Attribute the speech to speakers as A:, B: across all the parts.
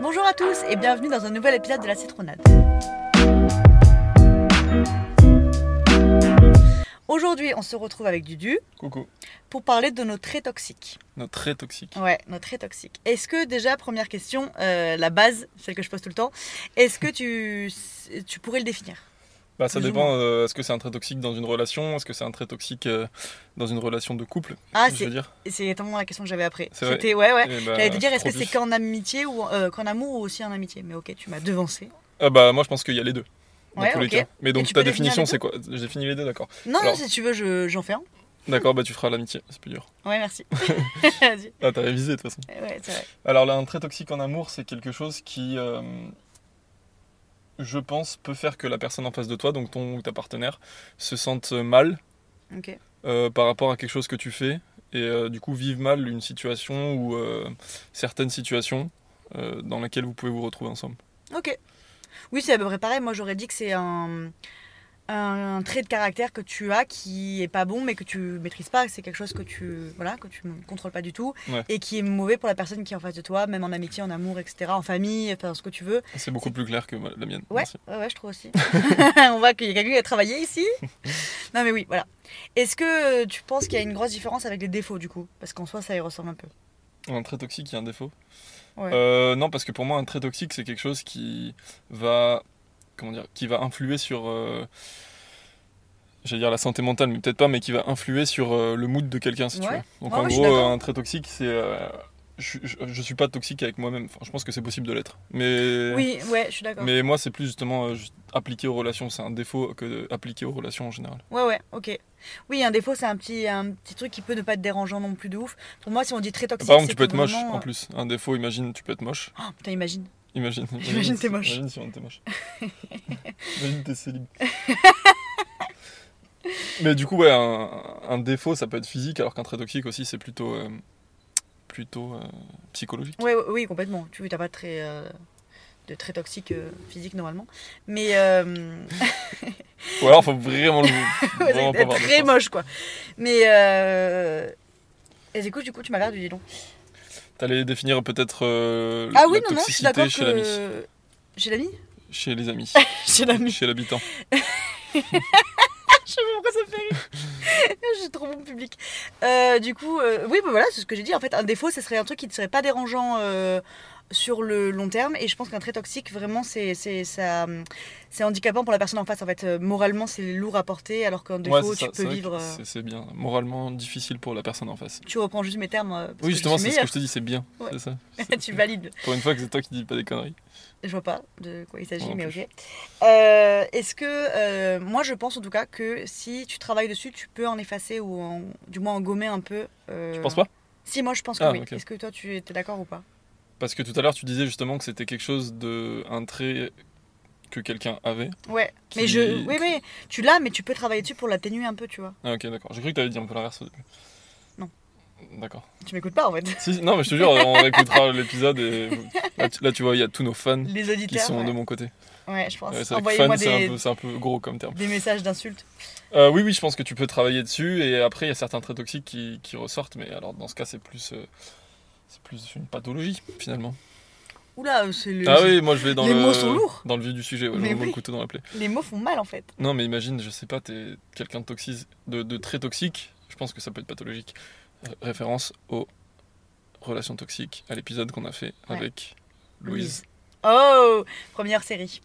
A: Bonjour à tous et bienvenue dans un nouvel épisode de la Citronade. Aujourd'hui, on se retrouve avec Dudu
B: Coucou.
A: pour parler de nos traits toxiques.
B: Notre très toxique.
A: Ouais, nos traits toxiques. Est-ce que déjà, première question, euh, la base, celle que je pose tout le temps, est-ce que tu, tu pourrais le définir
B: Bah, ça
A: Plus ou
B: dépend. euh, Est-ce que c'est un trait toxique dans une relation Est-ce que c'est un trait toxique euh, dans une relation de couple
A: Ah,
B: Je veux
A: c'est
B: dire.
A: c'est étonnamment la question que j'avais après.
B: C'est vrai.
A: C'était ouais, ouais.
B: Et bah,
A: J'allais te dire,
B: je
A: est-ce que c'est
B: produis.
A: qu'en amitié ou euh, qu'en amour ou aussi en amitié Mais ok, tu m'as devancé.
B: Ah bah moi je pense qu'il y a les deux. Dans
A: Ouais,
B: tous les
A: ok.
B: cas. Mais donc
A: tu
B: ta
A: peux définir
B: définition
A: les deux
B: c'est quoi Je définis les deux, d'accord.
A: Non, non,
B: Alors-
A: si tu veux, je- j'en fais un.
B: D'accord, bah tu feras l'amitié, c'est plus dur.
A: Ouais, merci. Vas-y.
B: Ah, t'as révisé de toute façon.
A: ouais, c'est vrai.
B: Alors là, un trait toxique en amour, c'est quelque chose qui, euh, je pense, peut faire que la personne en face de toi, donc ton ou ta partenaire, se sente mal
A: Ok.
B: euh, par rapport à quelque chose que tu fais et euh, du coup vive mal une situation ou euh, certaines situations euh, dans lesquelles vous pouvez vous retrouver ensemble.
A: Ok. Oui, c'est à peu près pareil. Moi, j'aurais dit que c'est un, un trait de caractère que tu as qui est pas bon, mais que tu maîtrises pas. C'est quelque chose que tu voilà, que tu ne contrôles pas du tout
B: Ouais.
A: et qui est mauvais pour la personne qui est en face de toi, même en amitié, en amour, etc., en famille, enfin ce que tu veux.
B: Ah, C'est beaucoup plus clair que ma- la mienne.
A: Ouais,
B: Merci.
A: ouais, ouais, je trouve aussi. On voit qu'il y a quelqu'un qui a travaillé ici. non, mais oui, voilà. Est-ce que euh, tu penses qu'il y a une grosse différence avec les défauts du coup Parce qu'en soi, ça y ressemble un peu.
B: Un trait toxique, il y a un défaut
A: Ouais.
B: Euh, Non, parce que pour moi, un trait toxique, c'est quelque chose qui va, comment dire, qui va influer sur, euh, j'allais dire la santé mentale, mais peut-être pas, mais qui va influer sur euh, le mood de quelqu'un, si tu
A: Ouais. Ah,
B: veux. Donc
A: Ouais,
B: en
A: ouais, je suis
B: gros,
A: d'accord.
B: un trait toxique, c'est, euh, je, je, je suis pas toxique avec moi-même. Enfin, je pense que c'est possible de l'être, mais
A: Oui, ouais, je suis d'accord.
B: Euh. mais moi, c'est plus justement euh, juste appliqué aux relations. C'est un défaut que de- appliqué aux relations en général.
A: Ouais, ouais, ok. Oui, un défaut, c'est un petit, un petit truc qui peut ne pas être dérangeant non plus de ouf. Pour moi, si on dit très toxique,
B: Par contre,
A: c'est
B: tu peux
A: que
B: être moche
A: vraiment- euh,
B: en plus. Un défaut, imagine, tu peux être moche.
A: Oh, putain, imagine.
B: Imagine.
A: J'imagine t'es moche.
B: Imagine si on était moche. imagine t'es célib. Mais du coup, ouais, un, un défaut, ça peut être physique, alors qu'un trait toxique aussi, c'est plutôt, euh, plutôt euh, psychologique.
A: Ouais, ouais, oui, complètement. Tu n'as pas de très, euh, de très toxique euh, physique normalement. Mais euh,
B: Ou alors, faut vraiment le.
A: Ouais,
B: vraiment
A: c'est
B: pas avoir de
A: très
B: chance.
A: moche quoi. Mais euh... et du coup, du coup, tu m'as perdu, dis donc.
B: T'allais définir peut-être euh,
A: Ah oui,
B: la
A: non, non, je suis
B: toxicité
A: d'accord
B: chez l'ami,
A: que chez l'ami,
B: chez les amis,
A: chez l'ami.
B: chez l'habitant.
A: Je sais pas pourquoi ça me fait rire. J'ai trop bon public. Euh, du coup, euh, oui, bah voilà, c'est ce que j'ai dit. En fait, un défaut, ce serait un truc qui ne serait pas dérangeant euh, sur le long terme. Et je pense qu'un trait toxique, vraiment, c'est c'est ça, hum, c'est handicapant pour la personne en face. En fait, Euh, moralement, c'est lourd à porter, alors qu'un défaut,
B: Ouais, c'est
A: tu
B: ça, c'est
A: peux
B: vrai que
A: vivre. euh,
B: c'est- C'est bien. Moralement difficile pour la personne en face.
A: Tu reprends juste mes termes. euh, parce que
B: Oui, justement,
A: je
B: c'est
A: suis
B: ce que je te dis, c'est bien.
A: Ouais.
B: C'est ça.
A: meilleure. tu valides.
B: Pour une fois que c'est toi qui dis pas des conneries.
A: Je vois pas de quoi il s'agit,
B: Moi non
A: mais ok. Euh, Est-ce que. euh, moi, je pense en tout cas que si tu travailles dessus, tu peux en effacer ou en- du moins en gommer un peu. euh,
B: Tu penses pas
A: Si, moi, je pense que
B: Ah,
A: oui.
B: ok.
A: Est-ce que toi, tu étais d'accord ou pas
B: Parce que tout à l'heure, tu disais justement que c'était quelque chose de. un trait que quelqu'un avait.
A: Ouais.
B: Qui-
A: Mais je. Oui, mais tu l'as, mais tu peux travailler dessus pour l'atténuer un peu, tu vois.
B: Ah, ok, d'accord. J'ai cru que t'avais dit un peu l'inverse au début.
A: Non.
B: D'accord.
A: Tu m'écoutes pas en fait.
B: Si, si, non, mais je te jure, on écoutera l'épisode et. Là, tu- là, tu vois, il y a tous nos fans
A: Les
B: qui
A: auditeurs.
B: sont de
A: ouais.
B: mon côté.
A: Ouais, je pense.
B: Ouais, c'est vrai que
A: Envoyez-moi
B: fan, c'est un,
A: des,
B: peu- c'est un peu gros comme terme.
A: des messages d'insultes.
B: Euh, oui, oui, je pense que tu peux travailler dessus. Et après, il y a certains traits toxiques qui, qui ressortent. Mais alors, dans ce cas, c'est plus, euh, c'est plus une pathologie, finalement.
A: Oula, c'est le.
B: Ah oui, moi, je vais dans
A: les
B: le.
A: mots sont lourds.
B: Dans le vif du sujet, ouais,
A: Mais
B: j'envoie
A: oui.
B: le couteau dans la plaie.
A: Les mots font mal en fait.
B: Non, mais imagine, je sais pas, t'es quelqu'un de, toxi- de, de très toxique. Je pense que ça peut être pathologique. Euh, référence aux relations toxiques, à l'épisode qu'on a fait
A: Ouais.
B: avec Louise.
A: Oh, première série.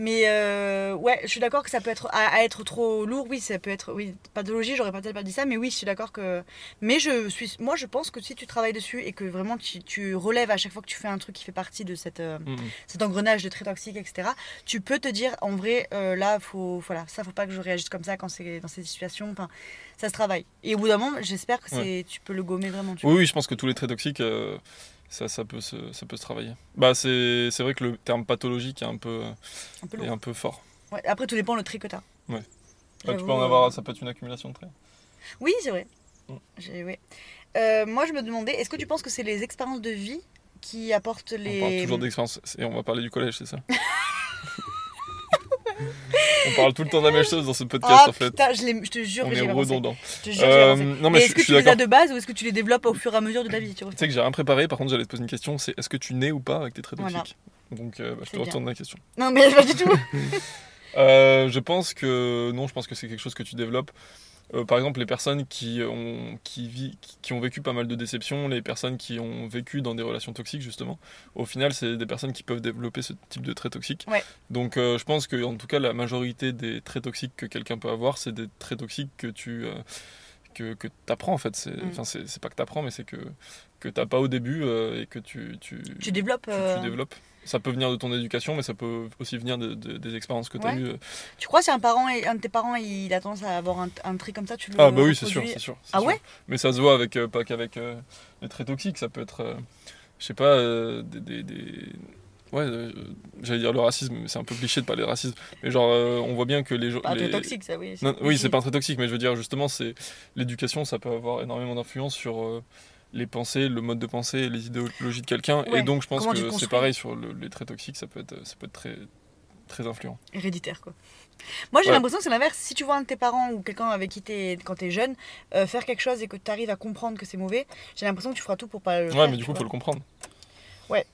A: Mais euh, ouais, je suis d'accord que ça peut être à, à être trop lourd. Oui, ça peut être oui pathologie. J'aurais pas peut-être pas dit ça, mais oui, je suis d'accord que. Mais je suis, moi, je pense que si tu travailles dessus et que vraiment tu, tu relèves à chaque fois que tu fais un truc qui fait partie de cette euh,
B: Mm.
A: cet engrenage de très toxique, etc. Tu peux te dire en vrai, euh, là, faut voilà, ça faut pas que je réagisse comme ça quand c'est dans ces situations. Enfin, ça se travaille. Et au bout d'un moment, j'espère que c'est tu peux le gommer vraiment. Tu vois.
B: Oui, oui, je pense que tous les traits toxiques, euh, ça, ça, peut se, ça peut se travailler. Bah, c'est c'est vrai que le terme pathologique est un peu,
A: Un peu
B: est
A: lourd.
B: un peu fort.
A: Ouais, après, tout dépend le tri que t'as.
B: Ouais. Ah, tu
A: J'avoue,
B: peux en
A: euh,
B: avoir, ça peut être une accumulation de traits.
A: Oui, c'est vrai.
B: Mm.
A: J'ai- ouais. Euh, moi, je me demandais, est-ce que tu penses que c'est les expériences de vie qui apportent
B: On parle
A: les.
B: toujours d'expérience et on va parler du collège, c'est ça On parle tout le temps de la même chose dans ce podcast
A: Ah
B: en fait.
A: putain, je, l'ai- je te jure
B: On
A: que
B: est
A: j'ai pas pensé.
B: redondant.
A: Je te jure que j'ai pas
B: Euh,
A: pensé.
B: non
A: Mais
B: mais
A: est-ce
B: je,
A: que
B: je
A: tu
B: suis
A: les as
B: d'accord.
A: de base ou est-ce que tu les développes au fur et à mesure de ta vie tu vois
B: Tu sais que j'ai rien préparé, par contre j'allais te poser une question, c'est est-ce que tu nais ou pas avec tes traits
A: Voilà.
B: toxiques Donc euh, bah, je
A: C'est
B: te
A: bien.
B: retourne la question.
A: Non mais pas du tout.
B: Euh, je pense que non, je pense que c'est quelque chose que tu développes. Euh, par exemple, les personnes qui ont, qui, vit- qui- qui ont vécu pas mal de déceptions, les personnes qui ont vécu dans des relations toxiques, justement, au final, c'est des personnes qui peuvent développer ce type de traits toxiques.
A: Ouais.
B: Donc, euh, je pense que, en tout cas, la majorité des traits toxiques que quelqu'un peut avoir, c'est des traits toxiques que tu euh, que, que apprends, en fait. C'est-
A: Mm.
B: Enfin, c'est c'est pas que tu apprends, mais c'est que, que tu pas au début euh, et que tu, tu,
A: tu développes.
B: tu- tu
A: euh,
B: développes. Ça peut venir de ton éducation, mais ça peut aussi venir de- de- des expériences que tu as
A: Ouais.
B: eues. euh,
A: Tu crois si un parent et un de tes parents il a tendance à avoir un, un trait comme ça, tu le
B: Ah bah oui, c'est sûr,
A: reproduis
B: c'est sûr. c'est
A: Ah
B: sûr.
A: ouais
B: Mais ça se voit avec euh, pas qu'avec euh, les traits toxiques, ça peut être, euh, je sais pas, euh, des, des- des- ouais, euh, j'allais dire le racisme, mais c'est un peu cliché de parler de racisme. Mais genre, euh, on voit bien que les gens,
A: Pas un trait
B: les-
A: Bah, toxique ça oui.
B: Non,
A: Mais
B: oui,
A: si.
B: c'est pas un trait toxique, mais je veux dire justement, c'est l'éducation, ça peut avoir énormément d'influence sur euh, les pensées, le mode de pensée, et les idéologies de quelqu'un,
A: Ouais,
B: et donc je pense
A: comment tu
B: que c'est
A: construis.
B: pareil sur le- les traits toxiques, ça peut être, ça peut être très, très influent.
A: héréditaire quoi. Moi j'ai
B: Ouais.
A: l'impression que c'est l'inverse. Si tu vois un de tes parents ou quelqu'un avec qui t'es quand t'es jeune euh, faire quelque chose et que t'arrives à comprendre que c'est mauvais, j'ai l'impression que tu feras tout pour pas le
B: Ouais,
A: faire,
B: mais
A: tu
B: du coup,
A: vois.
B: faut le comprendre.
A: Ouais.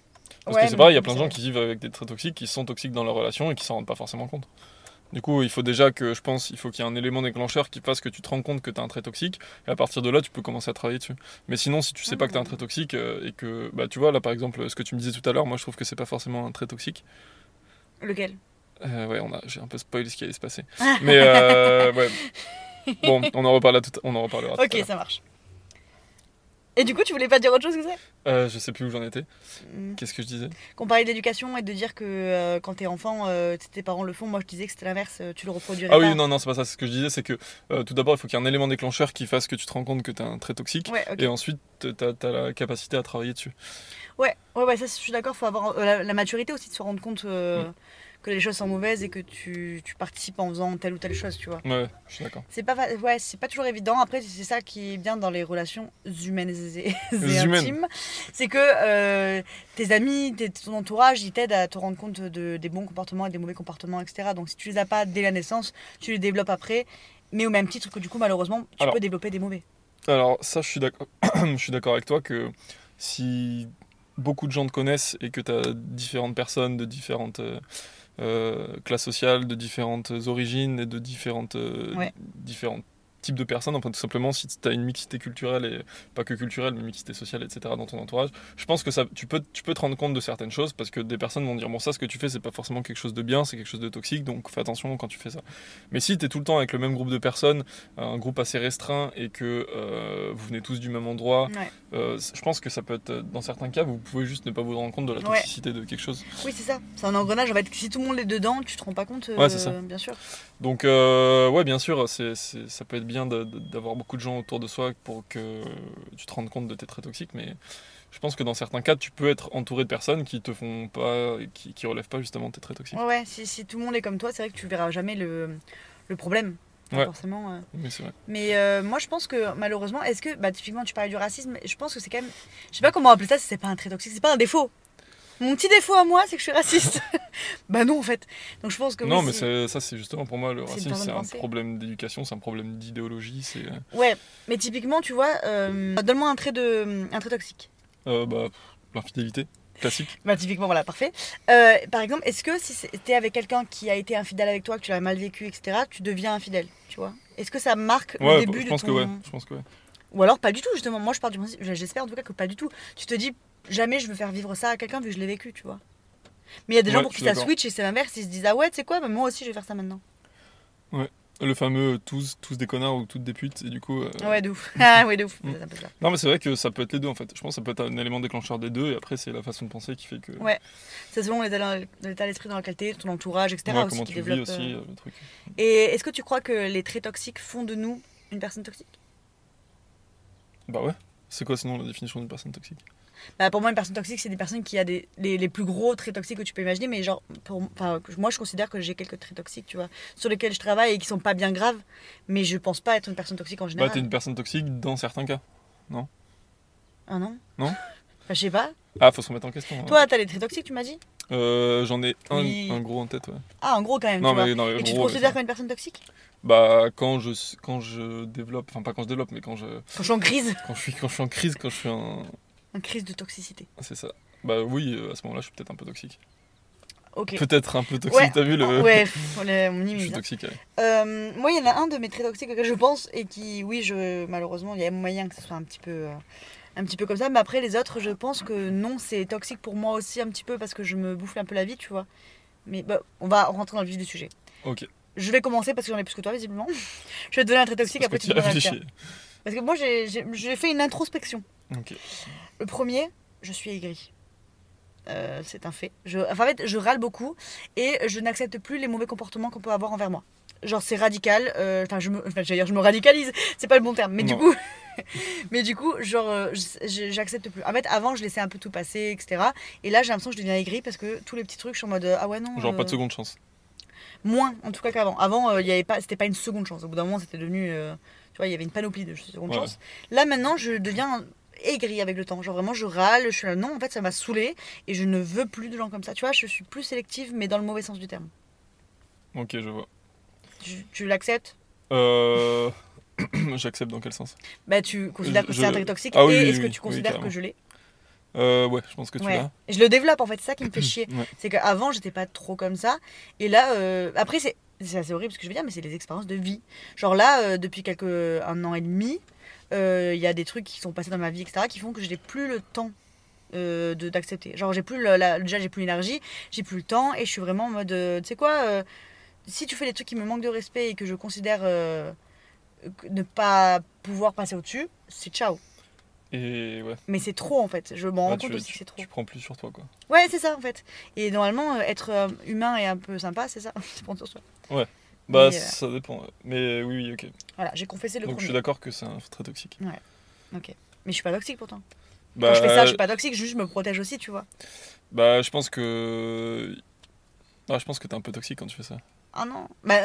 B: Parce
A: Ouais,
B: que c'est
A: mais
B: pareil, il y a plein de gens
A: c'est-
B: qui vivent avec des traits toxiques, qui sont toxiques dans leur relation et qui s'en rendent pas forcément compte. Du coup, il faut déjà que, je pense, il faut qu'il y ait un élément déclencheur qui fasse que tu te rends compte que tu as un trait toxique, et à partir de là, tu peux commencer à travailler dessus. Mais sinon, si tu
A: Ah,
B: sais pas que tu as un trait toxique, euh, et que, bah, tu vois, là par exemple, ce que tu me disais tout à l'heure, moi je trouve que c'est pas forcément un trait toxique.
A: Lequel
B: Euh, ouais, on a, j'ai un peu spoilé ce qui allait se passer. Mais, euh, ouais. Bon, on en reparlera tout, on en reparlera tout à
A: Ok,
B: l'heure.
A: ça marche. Et du coup, tu voulais pas dire autre chose que ça
B: Euh, je sais plus où j'en étais.
A: Hmm.
B: Qu'est-ce que je disais
A: Qu'on parlait de l'éducation et de dire que euh, quand t'es enfant, euh, tes parents le font. Moi, je disais que c'était l'inverse, euh, tu le reproduirais
B: Ah
A: pas.
B: oui, non, non, c'est pas ça. Ce que je disais, c'est que euh, tout d'abord, il faut qu'il y ait un élément déclencheur qui fasse que tu te rends compte que tu as un trait toxique.
A: Ouais, ok.
B: Et ensuite, tu as, la capacité à travailler dessus.
A: Ouais, ouais, ouais, ça, je suis d'accord. Faut avoir euh, la, la maturité aussi de se rendre compte euh,
B: Mm.
A: que les choses sont mauvaises et que tu, tu participes en faisant telle ou telle chose, tu vois.
B: Ouais, je suis d'accord.
A: C'est pas, fa- ouais, c'est pas toujours évident. Après, c'est ça qui est bien dans les relations humaines et, et
B: Humaines.
A: intimes. C'est que euh, tes amis, tes- ton entourage, ils t'aident à te rendre compte de, des bons comportements et des mauvais comportements, etc. Donc, si tu les as pas dès la naissance, tu les développes après. Mais au même titre que du coup, malheureusement, tu
B: Alors.
A: peux développer des mauvais.
B: Alors, ça, je suis d'accord je suis d'accord avec toi que si beaucoup de gens te connaissent et que tu as différentes personnes de différentes euh, euh, classes sociales, de différentes origines et de différentes, euh,
A: Ouais.
B: différents types de personnes, enfin tout simplement si tu as une mixité culturelle et pas que culturelle mais mixité sociale etc dans ton entourage, je pense que ça, tu, peux, tu peux te rendre compte de certaines choses parce que des personnes vont dire bon ça ce que tu fais c'est pas forcément quelque chose de bien, c'est quelque chose de toxique donc fais attention quand tu fais ça. Mais si tu es tout le temps avec le même groupe de personnes, un groupe assez restreint et que euh, vous venez tous du même endroit,
A: Ouais.
B: euh, c- je pense que ça peut être, euh, dans certains cas, vous pouvez juste ne pas vous rendre compte de la
A: Ouais.
B: toxicité de quelque chose.
A: Oui, c'est ça. C'est un engrenage. En fait, si tout le monde est dedans, tu te rends pas compte.
B: Ouais, c'est ça.
A: euh, Bien sûr.
B: Donc, euh, ouais, bien sûr, c'est, c'est- ça peut être bien de- de- d'avoir beaucoup de gens autour de soi pour que tu te rendes compte de tes traits toxiques, mais je pense que dans certains cas, tu peux être entouré de personnes qui te font pas, qui, qui relèvent pas justement tes traits toxiques.
A: Ouais, ouais. Si, si tout le monde est comme toi, c'est vrai que tu verras jamais le, le problème. Enfin,
B: Ouais.
A: Forcément. euh,
B: Mais c'est vrai.
A: Mais euh, moi, je pense que malheureusement, est-ce que, bah, typiquement, tu parlais du racisme, je pense que c'est quand même. Je sais pas comment appeler ça si c'est pas un trait toxique, c'est pas un défaut. Mon petit défaut à moi, c'est que je suis raciste. bah non, en fait. Donc je pense que.
B: non,
A: oui,
B: mais
A: si-
B: c'est- ça, c'est justement pour moi le
A: C'est une
B: racisme,
A: façon de
B: c'est un
A: penser.
B: problème d'éducation, c'est un problème d'idéologie, c'est. euh,
A: Ouais, mais typiquement, tu vois, euh, donne-moi un trait de, un trait toxique.
B: euh, bah, l'infidélité, classique.
A: Bah typiquement, voilà, parfait. Euh, par exemple, est-ce que si c'est- t'es avec quelqu'un qui a été infidèle avec toi, que tu l'as mal vécu, etc., tu deviens infidèle, tu vois Est-ce que ça marque
B: Ouais,
A: le début
B: je pense
A: de
B: que
A: ton...
B: ouais, je pense que ouais.
A: Ou alors pas du tout, justement. Moi, je pars du principe, j'espère en tout cas que pas du tout. Tu te dis, jamais je veux faire vivre ça à quelqu'un vu que je l'ai vécu, tu vois. Mais il y a des gens
B: Ouais,
A: pour
B: je
A: qui
B: suis
A: ça
B: d'accord.
A: switch et c'est l'inverse, ils se disent, ah ouais, tu sais quoi, bah, moi aussi je vais faire ça maintenant.
B: Le fameux euh, tous, tous des connards ou toutes des putes, et du coup. euh,
A: Ouais, de ouf. ah ouais, de ouf.
B: Mm.
A: C'est un peu ça.
B: Non, mais c'est vrai que ça peut être les deux en fait. Je pense que ça peut être un élément déclencheur des deux, et après, c'est la façon de penser qui fait que.
A: Ouais, C'est selon l'état l'état d'esprit dans lequel t'es, ton entourage, etc.
B: Ouais,
A: aussi,
B: comment
A: qui
B: tu vis
A: développe,
B: aussi,
A: euh.
B: euh, le truc.
A: Et est-ce que tu crois que les traits toxiques font de nous une personne toxique
B: Bah ouais. C'est quoi sinon la définition d'une personne toxique
A: Bah, pour moi, une personne toxique, c'est des personnes qui a des, les, les plus gros traits toxiques que tu peux imaginer, mais genre, pour, enfin, que- moi, je considère que j'ai quelques traits toxiques, tu vois, sur lesquels je travaille et qui sont pas bien graves, mais je pense pas être une personne toxique en
B: Bah,
A: général.
B: t'es une personne toxique dans certains cas.
A: Ah non
B: Non
A: Enfin, je sais pas. Bah,
B: Ah, faut se remettre en question. hein.
A: Toi, t'as les traits toxiques, tu m'as dit
B: Euh, J'en ai un,
A: Oui.
B: un gros en tête, ouais.
A: Ah, en gros quand même.
B: Non,
A: tu vois.
B: mais, non, mais
A: Et tu te
B: gros, ouais,
A: considères
B: ça.
A: comme une personne toxique
B: Bah, quand je, quand je développe, enfin, pas quand je développe, mais quand je,
A: Quand je suis en crise.
B: quand je, suis, quand je suis en crise, quand je suis un.
A: En crise de toxicité.
B: C'est ça. Bah oui, euh, à ce moment-là, je suis peut-être un peu toxique.
A: Ok.
B: Peut-être un peu toxique,
A: Ouais,
B: t'as vu le.
A: Ouais, pff, on est- on y
B: Je suis
A: mise, hein.
B: toxique, ouais.
A: Euh, moi, il y en a un de mes traits toxiques auxquels je pense et qui, oui, je, malheureusement, il y a moyen que ce soit un petit peu, euh, un petit peu comme ça. Mais après, les autres, je pense que non, c'est toxique pour moi aussi un petit peu parce que je me bouffe un peu la vie, tu vois. Mais bah, on va rentrer dans le vif du sujet.
B: Ok.
A: Je vais commencer parce que j'en ai plus que toi, visiblement. Je vais te donner un trait toxique,
B: Parce que
A: après tu
B: tu
A: me donneras le tien.
B: réfléchis.
A: Parce que moi, j'ai- j'ai j'ai fait une introspection.
B: Ok.
A: Le premier, je suis aigrie. Euh, c'est un fait. Je, enfin, en fait, je râle beaucoup et je n'accepte plus les mauvais comportements qu'on peut avoir envers moi. Genre, c'est radical. euh, Enfin, je me, enfin, j'allais dire, je me radicalise. C'est pas le bon terme. Mais du
B: Non.
A: coup, mais du coup, genre, euh, je- je- j'accepte plus. En fait, avant, je laissais un peu tout passer, etc. Et là, j'ai l'impression que je deviens aigrie parce que tous les petits trucs, je suis en mode euh, ah ouais non.
B: Genre,
A: euh,
B: pas de seconde chance.
A: Moins, en tout cas qu'avant. Avant, euh, il y avait pas, c'était pas une seconde chance. Au bout d'un moment, c'était devenu, euh, tu vois, il y avait une panoplie de secondes
B: Ouais.
A: chances. Là, maintenant, je deviens aigrie avec le temps. Genre vraiment, je râle. Je suis là, non, en fait, ça m'a saoulée et je ne veux plus de gens comme ça. Tu vois, je suis plus sélective, mais dans le mauvais sens du terme.
B: Ok, je vois.
A: Tu, tu l'acceptes
B: Euh. J'accepte dans quel sens
A: Bah, tu considères
B: Je-
A: que
B: je-
A: c'est un trait toxique.
B: Ah oui,
A: et
B: oui,
A: est-ce que
B: oui,
A: tu
B: oui,
A: considères que
B: carrément.
A: je l'ai
B: Euh, ouais, je pense que tu
A: Ouais.
B: l'as.
A: Et Je le développe en fait, c'est ça qui me fait chier.
B: Ouais.
A: C'est qu'avant, j'étais pas trop comme ça. Et là, euh, après, c'est c'est assez horrible ce que je veux dire, mais c'est les expériences de vie. Genre là, euh, depuis quelques, un an et demi, euh, il y a des trucs qui sont passés dans ma vie, etc., qui font que je n'ai plus le temps euh, de- d'accepter. Genre, j'ai plus le- la- déjà, j'ai plus l'énergie, j'ai plus le temps, et je suis vraiment en mode, euh, tu sais quoi, euh, si tu fais des trucs qui me manquent de respect et que je considère euh, que- ne pas pouvoir passer au-dessus, c'est ciao.
B: Et ouais.
A: Mais c'est trop en fait, je m'en
B: Ouais,
A: rends
B: tu,
A: compte aussi
B: tu-
A: que c'est trop.
B: tu prends plus sur toi, quoi.
A: Ouais, c'est ça en fait. Et normalement, euh, être euh, humain et un peu sympa, c'est ça. C'est pour dire ça.
B: Bah,
A: euh,
B: ça dépend. ouais. Mais oui, oui, ok.
A: Voilà, j'ai confessé le
B: Donc, je suis
A: premier.
B: d'accord que c'est un très toxique.
A: Mais je suis pas toxique pourtant.
B: Bah,
A: Quand je fais ça, je suis pas toxique, juste je me protège aussi, tu vois.
B: bah, je pense que. Ah, je pense que t'es un peu toxique quand tu fais ça.
A: Ah non. Bah,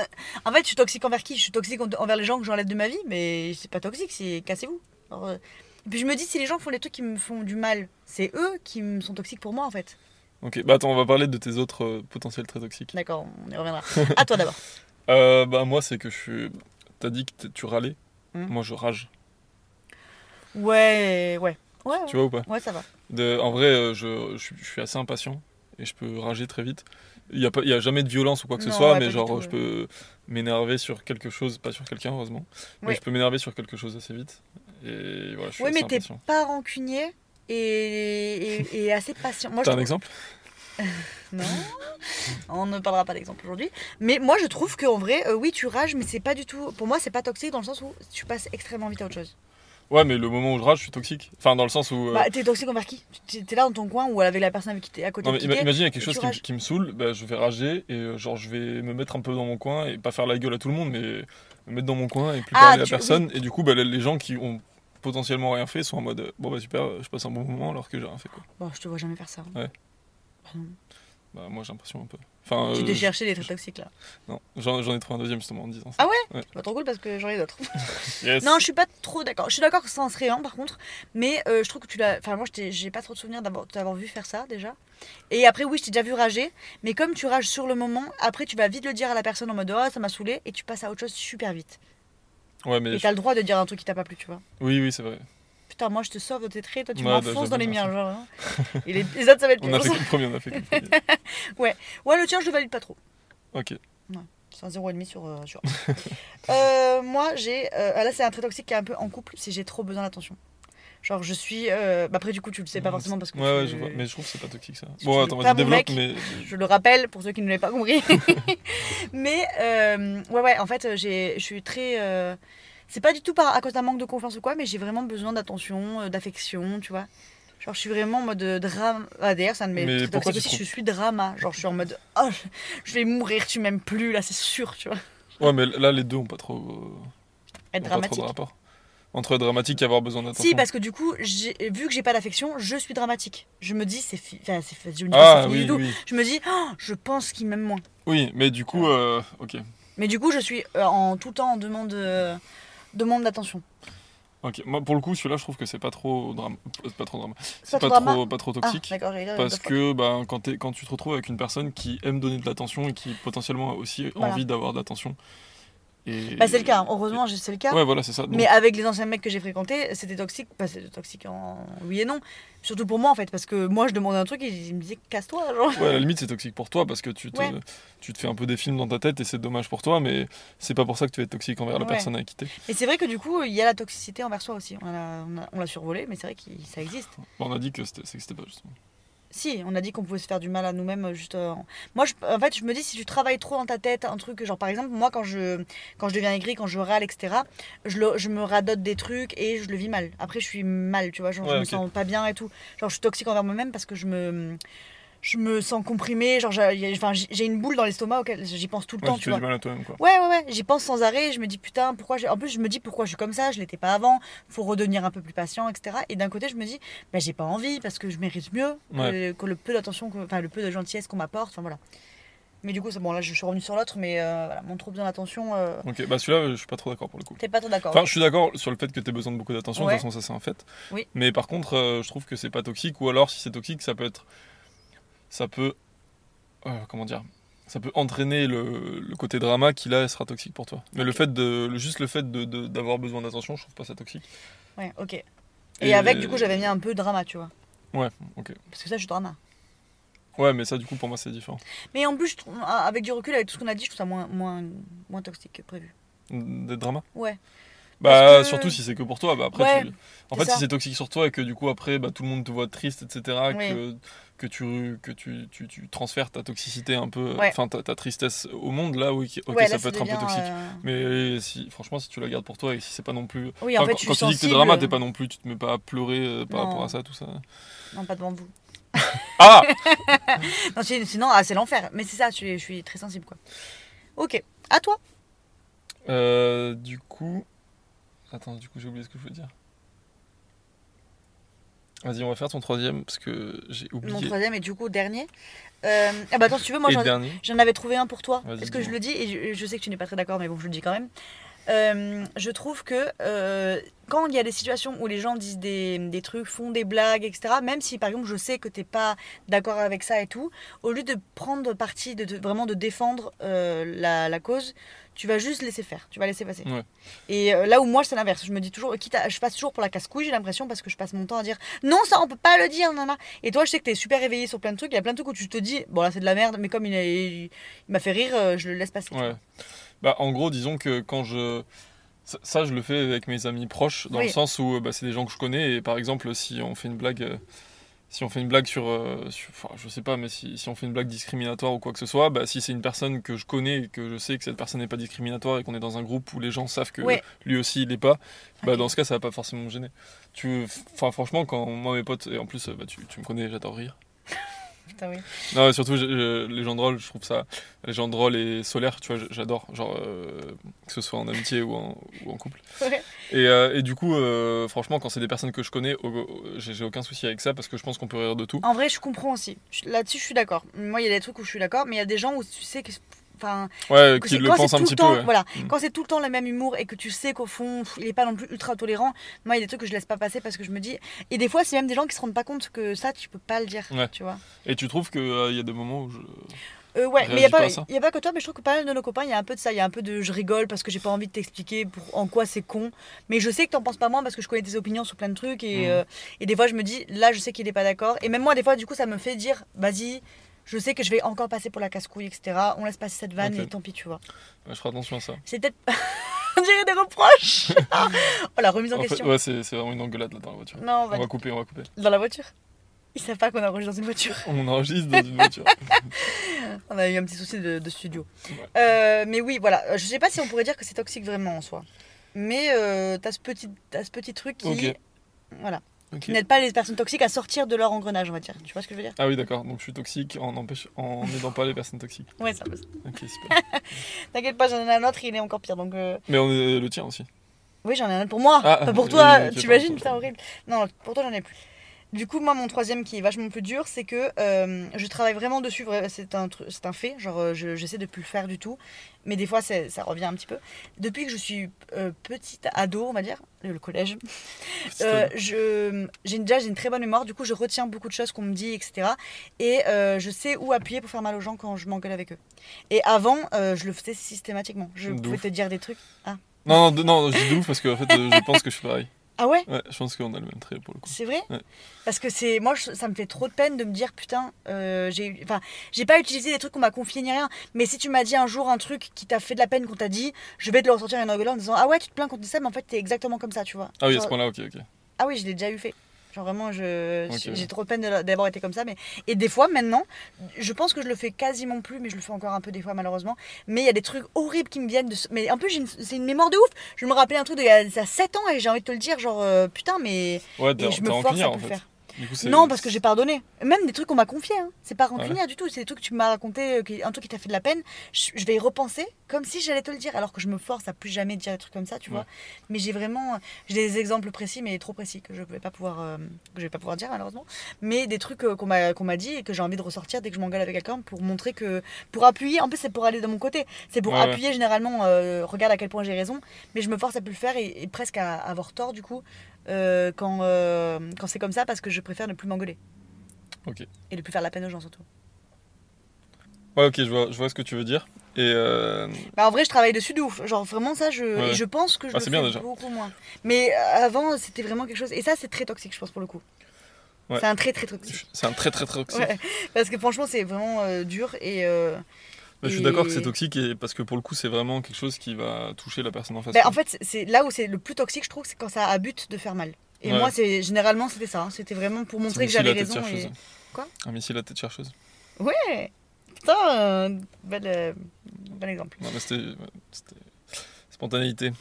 A: en fait, je suis toxique envers qui Je suis toxique en- envers les gens que j'enlève de ma vie, mais c'est pas toxique, c'est cassez-vous. Alors, euh, Et puis je me dis, si les gens font des trucs qui me font du mal, c'est eux qui me sont toxiques pour moi en fait.
B: Ok, bah attends, on va parler de tes autres euh, potentiels très toxiques.
A: D'accord, on y reviendra. À toi d'abord.
B: Euh, bah, moi, c'est que je suis. T'as dit que t- tu râlais.
A: Hmm.
B: Moi, je rage.
A: Ouais, ouais. Ouais,
B: Tu
A: ouais.
B: vois ou pas
A: Ouais, ça va.
B: De- En vrai, euh, je, je suis- je suis assez impatient et je peux rager très vite. Il n'y a, pas- il y a jamais de violence ou quoi que
A: Non,
B: ce soit,
A: ouais, pas
B: mais
A: du
B: genre,
A: tout,
B: je
A: ouais.
B: peux m'énerver sur quelque chose, pas sur quelqu'un, heureusement.
A: Ouais.
B: Mais je peux m'énerver sur quelque chose assez vite. Et voilà, je suis
A: Ouais,
B: assez
A: mais t'es
B: impatient.
A: pas rancunier et, et, et assez patient. Moi, je
B: T'as un
A: trouve-
B: exemple
A: Non, on ne parlera pas d'exemple aujourd'hui. Mais moi, je trouve qu'en vrai, euh, oui, tu rages, mais c'est pas du tout. Pour moi, c'est pas toxique dans le sens où tu passes extrêmement vite à autre chose.
B: Ouais, mais le moment où je rage, je suis toxique. Enfin, dans le sens où. euh,
A: Bah, t'es toxique envers qui T'es- T'es là dans ton coin ou avec la personne avec qui t'es à côté
B: non, mais
A: de qui
B: ima-
A: t'es
B: imagine, il y a quelque
A: tu
B: chose qui, me-
A: rages.
B: qui me saoule, bah, je vais rager et euh, genre, je vais me mettre un peu dans mon coin et pas faire la gueule à tout le monde, mais me mettre dans mon coin et plus
A: Ah,
B: parler à
A: tu-
B: personne. Et du coup, bah, les- les gens qui ont potentiellement rien fait sont en mode euh, bon, bah super, euh, je passe un bon moment alors que j'ai rien fait quoi.
A: Bon, je te vois jamais faire ça. hein.
B: Ouais.
A: Bah non.
B: Bah, moi, j'ai l'impression un peu. Enfin,
A: tu
B: euh,
A: t'es
B: je-
A: cherché des traits toxiques là.
B: Non, j'en j'en ai trouvé un deuxième justement en disant
A: Ah
B: ça.
A: Bah, trop cool parce que j'en ai d'autres.
B: Yes.
A: Non, je suis pas trop d'accord. Je suis d'accord que c'est un rien par contre, mais euh, je trouve que tu l'as. Enfin, moi, je t'ai- j'ai pas trop de souvenirs d'avoir de t'avoir vu faire ça déjà. Et après, oui, je t'ai déjà vu rager, mais comme tu rages sur le moment, après, tu vas vite le dire à la personne en mode oh, ça m'a saoulé, et tu passes à autre chose super vite.
B: Ouais, mais.
A: Et
B: je-
A: t'as le droit de dire un truc qui t'a pas plu, tu vois.
B: Oui, oui, c'est vrai.
A: Putain, moi, je te sauve de tes traits, toi, tu
B: Ouais, bah,
A: m'enfonces
B: j'avoue,
A: dans les miens,
B: merci.
A: genre. hein. Et les, les autres, ça va être
B: On a fait
A: plus.
B: que le premier, on a fait que le premier.
A: Ouais, le tien, je le valide pas trop.
B: Ok.
A: C'est un 0,5 sur. euh, sur un. Euh, moi, j'ai. euh, ah là, c'est un trait toxique qui est un peu en couple, si j'ai trop besoin d'attention. Genre, je suis. euh, bah, après, du coup, tu le sais pas
B: Ouais,
A: forcément parce que.
B: Mmh. Ouais, ouais,
A: tu-
B: je vois. Mais je trouve que c'est pas toxique ça.
A: Tu
B: Bon,
A: fais
B: attends,
A: pas
B: vas-y,
A: mon
B: développe,
A: mec.
B: mais.
A: Je le rappelle pour ceux qui ne l'avaient pas compris. Mais euh, ouais, ouais, en fait, j'ai, je suis très. euh, c'est pas du tout par, à cause d'un manque de confiance ou quoi, mais j'ai vraiment besoin d'attention, euh, d'affection, tu vois. Genre, je suis vraiment en mode drama. Ah, d'ailleurs, ça ne
B: Mais
A: m'est
B: pourquoi tu
A: Je suis drama. Genre, je suis en mode. Oh, je- je vais mourir, tu m'aimes plus, là, c'est sûr, tu vois.
B: Ouais, mais là, les deux ont pas trop. euh,
A: Être
B: ont pas trop de
A: dramatique.
B: rapport. Entre dramatique et avoir besoin d'attention.
A: Si, parce que du coup, j'ai, vu que j'ai pas d'affection, je suis dramatique. Je me dis, c'est fini. Enfin, c'est, fi- je me dis pas,
B: Ah
A: c'est fini
B: oui,
A: du tout.
B: oui.
A: Je me dis, Oh, je pense qu'il m'aime moins.
B: Oui, mais du coup, euh, ok.
A: Mais du coup, je suis euh, en tout temps en demande, euh, demande d'attention.
B: Ok, moi pour le coup, celui-là, je trouve que c'est pas trop drame, c'est pas trop drame,
A: C'est
B: c'est
A: pas
B: pas
A: ton drama
B: trop, pas trop
A: Ah,
B: toxique,
A: d'accord, j'allais dire,
B: parce
A: the fuck.
B: que ben quand t'es- quand tu te retrouves avec une personne qui aime donner de l'attention et qui potentiellement a aussi
A: Voilà.
B: envie d'avoir de l'attention. Et...
A: Bah, c'est le cas, hein. heureusement, je- c'est le cas.
B: Ouais, voilà, c'est ça. Donc,
A: Mais avec les anciens mecs que j'ai fréquentés, c'était toxique. Bah, c'était toxique en oui et non. Surtout pour moi, en fait, parce que moi, je demandais un truc et ils me disaient casse-toi. Genre.
B: Ouais, à la limite, c'est toxique pour toi parce que tu te,
A: Ouais.
B: tu te fais un peu des films dans ta tête et c'est dommage pour toi, mais c'est pas pour ça que tu es toxique envers la
A: Ouais.
B: personne à qui t'es.
A: Et c'est vrai que du coup, il y a la toxicité envers soi aussi. On l'a- on a- on l'a survolé, mais c'est vrai que ça existe.
B: Bon, Bah, on a dit que c'était c'est que c'était pas justement.
A: Si, on a dit qu'on pouvait se faire du mal à nous-mêmes. euh, Juste, euh, en- moi, je, en fait, je me dis si tu travailles trop dans ta tête un truc, genre par exemple, moi, quand je, quand je deviens aigri, quand je râle, etc., je, le- je me radote des trucs et je le vis mal. Après, je suis mal, tu vois, genre, je
B: Ouais,
A: me
B: ok.
A: sens pas bien et tout. Genre, je suis toxique envers moi-même parce que je me, je me sens comprimée. Genre, j'ai- j'ai enfin, j'ai- j'ai une boule dans l'estomac auquel j'y pense tout le
B: Ouais,
A: temps,
B: tu
A: tu
B: fais
A: vois.
B: du mal à toi-même quoi.
A: Ouais, ouais, ouais, j'y pense sans arrêt, je me dis putain, pourquoi j'ai. En plus, je me dis pourquoi je suis comme ça, je l'étais pas avant, faut redevenir un peu plus patient, etc. Et d'un côté, je me dis, bah j'ai pas envie parce que je mérite mieux que, que le peu d'attention, que- enfin le peu de gentillesse qu'on m'apporte, enfin voilà. Mais du coup, c'est bon, là je suis revenue sur l'autre, mais euh, voilà, mon trop besoin d'attention, euh,
B: Ok, bah celui-là, euh, je suis pas trop d'accord pour le coup.
A: t'es pas trop d'accord.
B: Enfin, je suis d'accord sur le fait que tu as besoin de beaucoup d'attention,
A: Ouais.
B: de toute façon, ça c'est un fait.
A: Oui.
B: Mais par contre, euh, je trouve que c'est pas toxique, ou alors si c'est toxique, ça peut être. Ça peut. euh, comment dire Ça peut entraîner le, le côté drama qui là sera toxique pour toi. Mais le
A: Ok.
B: fait de. le- juste le fait de- de- d'avoir besoin d'attention, je trouve pas ça toxique.
A: Ouais, ok. Et, avec, du coup, j'avais mis un peu drama, tu vois.
B: Ouais, ok.
A: Parce que ça, je suis drama.
B: Ouais, mais ça du coup pour moi c'est différent.
A: Mais en plus, je trouve- avec du recul, avec tout ce qu'on a dit, je trouve ça moins, moins, moins toxique que prévu.
B: Des dramas
A: Ouais.
B: Bah
A: Parce que-
B: surtout si c'est que pour toi, bah après
A: Ouais,
B: tu- En
A: c'est
B: fait
A: ça.
B: si c'est toxique sur toi et que du coup après bah, tout le monde te voit triste, etc.
A: Oui.
B: Que, que, tu, que tu, tu, tu transfères ta toxicité un peu,
A: Ouais.
B: enfin ta, ta tristesse au monde, là oui, ok
A: Ouais,
B: ça
A: là,
B: peut être un peu
A: devient,
B: toxique.
A: euh,
B: Mais si, franchement si tu la gardes pour toi et si c'est pas non plus...
A: Oui, en
B: Enfin,
A: fait,
B: quand,
A: je suis
B: quand tu dis que t'es
A: sensible. euh,
B: drama, t'es pas non plus, tu te mets pas à pleurer euh, par
A: Non.
B: rapport à ça, tout ça.
A: Non, pas devant vous.
B: Ah
A: Non, sin- sinon, ah, c'est l'enfer. Mais c'est ça, je suis, je suis très sensible, quoi. Ok, à toi.
B: Euh, du coup. Attends, du coup, j'ai oublié ce que je voulais dire. Vas-y, on va faire ton troisième parce que j'ai
A: Mon
B: oublié.
A: troisième et du coup, dernier. Euh, ah bah attends, si tu veux, moi,
B: Et
A: j'en,
B: dernier.
A: j'en avais trouvé un pour toi.
B: Vas-y,
A: Est-ce que je
B: dis-moi.
A: le dis Et je, je sais que tu n'es pas très d'accord, mais bon, je le dis quand même. Euh, je trouve que euh, quand il y a des situations où les gens disent des, des trucs, font des blagues, etc., même si par exemple je sais que t'es pas d'accord avec ça et tout, au lieu de prendre parti, de, de- vraiment de défendre euh, la, la cause, tu vas juste laisser faire, tu vas laisser passer.
B: Ouais.
A: Et euh, là où moi c'est l'inverse, je me dis toujours, quitte à- je passe toujours pour la casse-couille, j'ai l'impression, parce que je passe mon temps à dire non, ça on peut pas le dire, nana. Et toi, je sais que t'es super réveillé sur plein de trucs, il y a plein de trucs où tu te dis, bon là c'est de la merde, mais comme il, est- il m'a fait rire, euh, je le laisse passer. tu
B: Ouais. Bah, en gros, disons que quand je. Ça, ça, je le fais avec mes amis proches, dans le
A: Oui.
B: sens où euh, bah, c'est des gens que je connais, et par exemple, si on fait une blague. euh, Si on fait une blague sur, euh, sur- enfin, je sais pas, mais si, si on fait une blague discriminatoire ou quoi que ce soit, bah, si c'est une personne que je connais et que je sais que cette personne n'est pas discriminatoire et qu'on est dans un groupe où les gens savent que
A: Ouais.
B: lui aussi il l'est pas, bah,
A: Ok.
B: dans ce cas ça va pas forcément me gêner. Tu, enfin franchement quand moi mes potes et en plus euh, bah, tu, tu me connais, j'adore rire.
A: Putain, oui.
B: Non, mais surtout je- je- les gens drôles, je trouve ça. Les gens drôles et solaires, tu vois, j- j'adore. Genre, euh, que ce soit en amitié ou en, ou en couple.
A: Ouais.
B: Et, euh, et du coup, euh, franchement, quand c'est des personnes que je connais, au- au- j'ai j'ai aucun souci avec ça parce que je pense qu'on peut rire de tout.
A: En vrai, je comprends aussi. Je- Là-dessus, je suis d'accord. Moi, il y a des trucs où je suis d'accord, mais il y a des gens où tu sais que. Enfin,
B: Ouais,
A: que
B: qu'ils
A: c'est-
B: le
A: quand
B: pensent
A: c'est
B: un
A: tout
B: petit
A: le
B: peu.
A: temps,
B: ouais.
A: Voilà,
B: Mm.
A: quand c'est tout le temps le même humour et que tu sais qu'au fond, pff, il est pas non plus ultra tolérant, moi, il y a des trucs que je laisse pas passer parce que je me dis. Et des fois, c'est même des gens qui se rendent pas compte que ça, tu peux pas le dire.
B: Ouais.
A: Tu vois.
B: Et tu trouves qu'il y a des moments où je.
A: Euh, ouais, mais il
B: Réagis
A: n'y a,
B: pas
A: pas-
B: à ça.
A: y a pas que toi, mais je trouve que pas mal de nos copains, il y a un peu de ça. Il y a un peu de je rigole parce que j'ai pas envie de t'expliquer pour, en quoi c'est con. Mais je sais que t'en penses pas moins parce que je connais tes opinions sur plein de trucs. Et,
B: Mhm.
A: euh, et des fois, je me dis, là, je sais qu'il est pas d'accord. Et même moi, des fois, du coup, ça me fait dire, vas-y, je sais que je vais encore passer pour la casse-couille, etc. On laisse passer cette vanne
B: Ok.
A: et tant pis, tu vois.
B: Ouais, je ferai attention à ça.
A: C'est peut-être. On dirait des reproches Oh la remise en,
B: En fait,
A: question.
B: ouais, c'est c'est vraiment une engueulade là dans la voiture.
A: Non, on va-
B: On va couper, on va couper.
A: dans la voiture. Ils savent pas qu'on a enregistré dans une voiture.
B: On enregistre dans une voiture.
A: On a eu un petit souci de, de studio.
B: Ouais.
A: Euh, mais oui, voilà. Je sais pas si on pourrait dire que c'est toxique vraiment en soi. Mais euh, t'as ce petit, t'as ce petit truc qui,
B: Ok.
A: voilà,
B: Ok.
A: qui n'aide pas les personnes toxiques à sortir de leur engrenage, on va dire. Tu vois ce que je veux dire
B: Ah oui, d'accord. Donc je suis toxique en empêche- en n'aidant pas les personnes toxiques.
A: Ouais, ça. passe.
B: Ok, super.
A: T'inquiète pas, j'en ai un autre, il est encore pire. Donc euh,
B: Mais on est le tien aussi.
A: oui, j'en ai un autre pour moi,
B: Ah,
A: pas pour
B: euh,
A: toi.
B: oui, ok,
A: T'imagines,
B: pardon.
A: putain horrible. Non, pour toi j'en ai plus. Du coup, moi, mon troisième qui est vachement plus dur, c'est que euh, je travaille vraiment dessus. vra- C'est un, tru- c'est un fait. Genre, euh, je- j'essaie de plus le faire du tout. Mais des fois, c'est- ça revient un petit peu. Depuis que je suis euh, petite ado, on va dire, le le collège,
B: Petite
A: euh,
B: ado.
A: je, j'ai une- déjà j'ai une très bonne mémoire, du coup je retiens beaucoup de choses qu'on me dit, etc. Et euh, je sais où appuyer pour faire mal aux gens quand je m'engueule avec eux. Et avant, euh, je le faisais systématiquement. Je
B: De
A: pouvais
B: ouf.
A: te dire des trucs. Ah,
B: Non, non, de- non, je dis de ouf parce que en fait, euh, je pense que je suis pareil.
A: ah ouais
B: Ouais, je pense qu'on a le même trait pour le coup.
A: C'est vrai
B: Ouais.
A: Parce que c'est moi, je- ça me fait trop de peine de me dire putain, euh, j'ai eu- enfin, j'ai pas utilisé des trucs qu'on m'a confié ni rien. Mais si tu m'as dit un jour un truc qui t'a fait de la peine qu'on t'a dit, je vais te le ressortir en engueulant en disant ah ouais, tu te plains qu'on te dit ça, mais en fait t'es exactement comme ça, tu vois.
B: Ah oui, à
A: Genre,
B: ce point-là, ok, ok.
A: Ah oui, je l'ai déjà eu fait. Genre vraiment, je,
B: Ok.
A: j'ai trop de peine de- d'avoir été comme ça. Mais... Et des fois, maintenant, je pense que je le fais quasiment plus, mais je le fais encore un peu des fois, malheureusement. Mais il y a des trucs horribles qui me viennent de. ce- Mais en plus, j'ai une- c'est une mémoire de ouf. Je me rappelais un truc d'il y a, il y a 7 ans et j'ai envie de te le dire, genre euh, putain, mais.
B: Ouais,
A: Et
B: t'es
A: je
B: t'es
A: me force à
B: rancunière en
A: plus le
B: fait.
A: faire.
B: Du coup, c'est-
A: Non, parce que j'ai pardonné. Même des trucs qu'on m'a confiés. hein. C'est pas
B: ouais
A: rancunière du tout. C'est des trucs que tu m'as raconté, euh, qui- un truc qui t'a fait de la peine. Je, je vais y repenser comme si j'allais te le dire. Alors que je me force à plus jamais dire des trucs comme ça, tu vois.
B: Ouais.
A: Mais j'ai vraiment. J'ai des exemples précis, mais trop précis, que je vais pas pouvoir, euh, que je vais pas pouvoir dire malheureusement. Mais des trucs euh, qu'on m'a qu'on m'a dit et que j'ai envie de ressortir dès que je m'engueule avec quelqu'un pour montrer que. Pour appuyer. En plus, c'est pour aller de mon côté. C'est pour
B: Ouais, ouais.
A: appuyer généralement. euh, regarde à quel point j'ai raison. Mais je me force à plus le faire et, et presque à avoir tort du coup euh, quand, euh, quand c'est comme ça parce que je préfère ne plus m'engueuler.
B: Ok.
A: Et ne plus faire la peine aux gens surtout.
B: Ouais, ok, je vois, je vois ce que tu veux dire. Et euh,
A: Bah, en vrai, je travaille dessus de ouf. Genre vraiment ça, je,
B: Ouais.
A: et je pense que je
B: Ah,
A: le
B: c'est
A: fais
B: bien, déjà.
A: beaucoup moins. Mais euh, avant, c'était vraiment quelque chose. Et ça, c'est très toxique, je pense pour le coup.
B: Ouais.
A: C'est un très très toxique.
B: c'est un très très très toxique.
A: Ouais. Parce que franchement, c'est vraiment euh, dur et. euh,
B: Bah, je
A: Et-
B: suis d'accord que c'est toxique et parce que pour le coup, c'est vraiment quelque chose qui va toucher la personne en face.
A: bah,
B: quoi.
A: en fait, c'est- c'est là où c'est le plus toxique, je trouve, c'est quand ça a but de faire mal. Et
B: Ouais.
A: moi, c'est généralement, c'était ça. hein. C'était vraiment pour
B: C'est
A: montrer que
B: missile
A: j'avais
B: à tête hein.
A: raison.
B: chercheuse.
A: et- Quoi
B: Un missile à tête chercheuse.
A: Ouais Putain, euh, bel, euh, bel exemple.
B: Non, mais c'était. ouais, c'était- Spontanéité.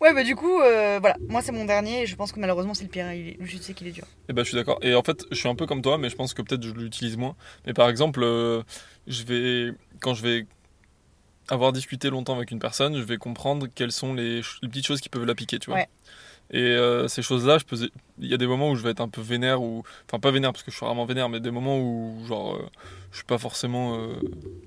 A: Ouais, bah du coup, euh, voilà, moi c'est mon dernier et je pense que malheureusement c'est le pire. Il est- Je sais qu'il est dur.
B: Et bah, je suis d'accord. Et en fait, je suis un peu comme toi, mais je pense que peut-être je l'utilise moins. Mais par exemple, euh, je vais. Quand je vais avoir discuté longtemps avec une personne, je vais comprendre quelles sont les, ch- les petites choses qui peuvent la piquer, tu vois.
A: Ouais.
B: Et euh, ces choses-là, je peux- il y a des moments où je vais être un peu vénère, ou enfin pas vénère parce que je suis rarement vénère, mais des moments où genre euh, je suis pas forcément euh,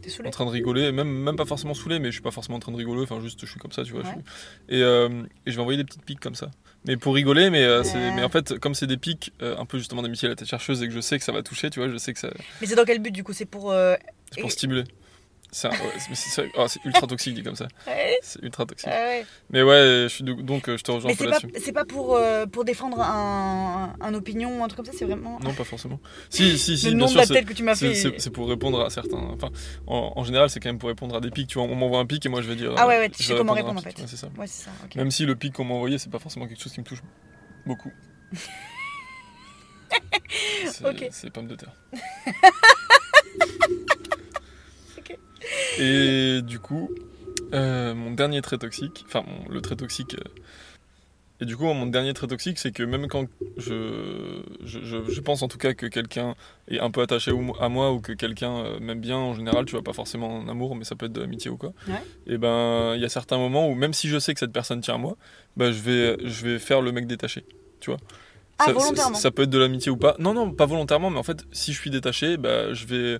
A: T'es
B: en
A: saoulé
B: train de rigoler, même, même pas forcément saoulé, mais je suis pas forcément en train de rigoler, enfin juste je suis comme ça, tu vois. je
A: Ouais.
B: suis- et, euh, et je vais envoyer des petites piques comme ça. Mais pour rigoler, mais, euh, c'est-
A: Ouais.
B: mais en fait, comme c'est des piques, euh, un peu justement des missiles à la tête chercheuse et que je sais que ça va toucher, tu vois, je sais que ça.
A: Mais c'est dans quel but du coup C'est pour. euh,
B: C'est pour
A: Et-
B: stimuler. C'est un- ouais, c'est- c'est c'est- oh, c'est ultra toxique dit comme ça.
A: ouais,
B: C'est ultra toxique.
A: ouais.
B: Mais ouais, je suis de- donc euh, je te rejoins
A: Mais
B: un peu
A: c'est pas,
B: là-dessus.
A: c'est pas pour, euh, pour défendre un, un opinion ou un truc comme ça, c'est vraiment.
B: Non, pas forcément. Si, si, si,
A: le
B: bien
A: nom de
B: sûr,
A: la
B: c'est-
A: tête que tu m'as
B: C'est-
A: fait.
B: C'est c'est pour répondre à certains. Enfin, en, en général, c'est quand même pour répondre à des pics. Tu vois, on m'envoie un pic et moi je vais dire.
A: Ah ouais, ouais,
B: euh,
A: tu
B: je
A: sais
B: vais
A: comment
B: à un
A: répondre, en
B: pic,
A: fait.
B: ouais, c'est ça.
A: Ouais, c'est ça, ok.
B: Même si le pic qu'on m'a envoyé, c'est pas forcément quelque chose qui me touche beaucoup. C'est
A: Ok.
B: c'est pomme de terre.
A: Ok.
B: Et du coup, euh, mon dernier trait toxique, enfin mon- le trait toxique. euh, et du coup, mon dernier trait toxique, c'est que même quand je, je, je- je pense en tout cas que quelqu'un est un peu attaché au- à moi ou que quelqu'un euh, m'aime bien en général, tu vois, pas forcément en amour, mais ça peut être de l'amitié ou quoi.
A: Ouais.
B: Et ben, il y a certains moments où même si je sais que cette personne tient à moi, bah, je, vais, je vais faire le mec détaché, tu vois.
A: Ah,
B: ça,
A: volontairement.
B: ça- ça peut être de l'amitié ou pas. Non, non, pas volontairement, mais en fait, si je suis détaché, bah, je vais.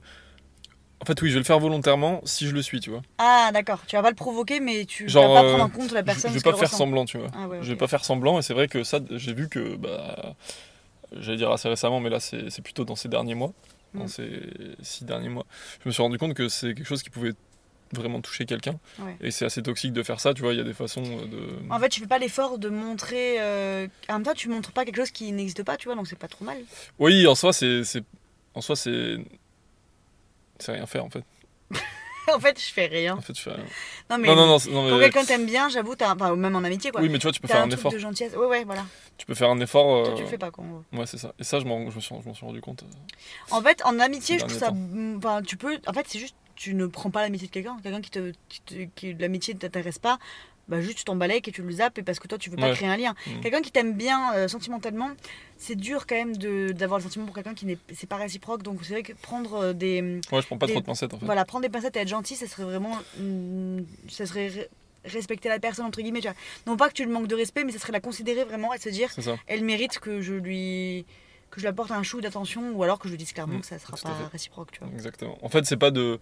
B: En fait, oui, je vais le faire volontairement si je le suis, tu vois.
A: Ah, d'accord, tu vas pas le provoquer, mais tu
B: Genre,
A: vas pas
B: euh,
A: prendre en compte la
B: Je,
A: personne.
B: je vais
A: ce qu'elle
B: pas faire
A: ressent.
B: semblant, tu vois.
A: Ah, ouais,
B: Je vais
A: ok.
B: pas faire semblant, et c'est vrai que ça, j'ai vu que, bah, j'allais dire assez récemment, mais là, c'est c'est plutôt dans ces derniers mois, dans
A: Mm.
B: ces six derniers mois, je me suis rendu compte que c'est quelque chose qui pouvait vraiment toucher quelqu'un.
A: Ouais.
B: Et c'est assez toxique de faire ça, tu vois, il y a des façons euh, de...
A: En fait, tu fais pas l'effort de montrer. euh, En même temps, tu montres pas quelque chose qui n'existe pas, tu vois, donc c'est pas trop mal.
B: Oui, en soi, c'est... c'est- En soi, c'est... C'est rien faire, en fait.
A: en fait, je fais rien.
B: En fait, je fais rien.
A: Non, mais
B: Non, non, non, c'est- non,
A: quand
B: mais...
A: quelqu'un t'aime bien, j'avoue, t'as. Enfin, même en amitié, quoi.
B: Oui, mais tu vois, tu peux
A: T'as
B: faire
A: un
B: un
A: truc
B: effort.
A: de gentillesse. Ouais, ouais, voilà.
B: Tu peux faire un effort...
A: Toi, tu
B: euh,
A: le fais pas, quoi. en gros.
B: Ouais, c'est ça. Et ça, je m'en je me suis, je m'en suis rendu compte. euh,
A: En fait, en amitié,
B: Ces
A: je trouve ça.
B: derniers
A: mm, Enfin, tu peux. En fait, c'est juste. Tu ne prends pas l'amitié de quelqu'un. Quelqu'un qui te. Qui te- qui- l'amitié ne t'intéresse pas. Bah, juste, tu t'en balèques et tu le zappes et parce que toi, tu veux pas
B: Ouais.
A: créer un lien.
B: Mm.
A: Quelqu'un qui t'aime bien euh, sentimentalement, c'est dur quand même de- d'avoir le sentiment pour quelqu'un qui n'est c'est pas réciproque. Donc, c'est vrai que prendre euh, des.
B: Ouais, je prends pas
A: Des-
B: trop de pincettes, en fait.
A: Voilà, prendre des pincettes et être gentil, ça serait vraiment. mm, ça serait ré- respecter la personne, entre guillemets. tu vois. Non pas que tu le manques de respect, mais ça serait la considérer vraiment et se dire,
B: C'est ça.
A: elle mérite que je lui que je lui apporte un chou d'attention ou alors que je lui dise clairement
B: Mm,
A: que ça sera
B: tout à
A: pas
B: fait.
A: réciproque, tu vois.
B: Exactement. En fait, c'est pas de.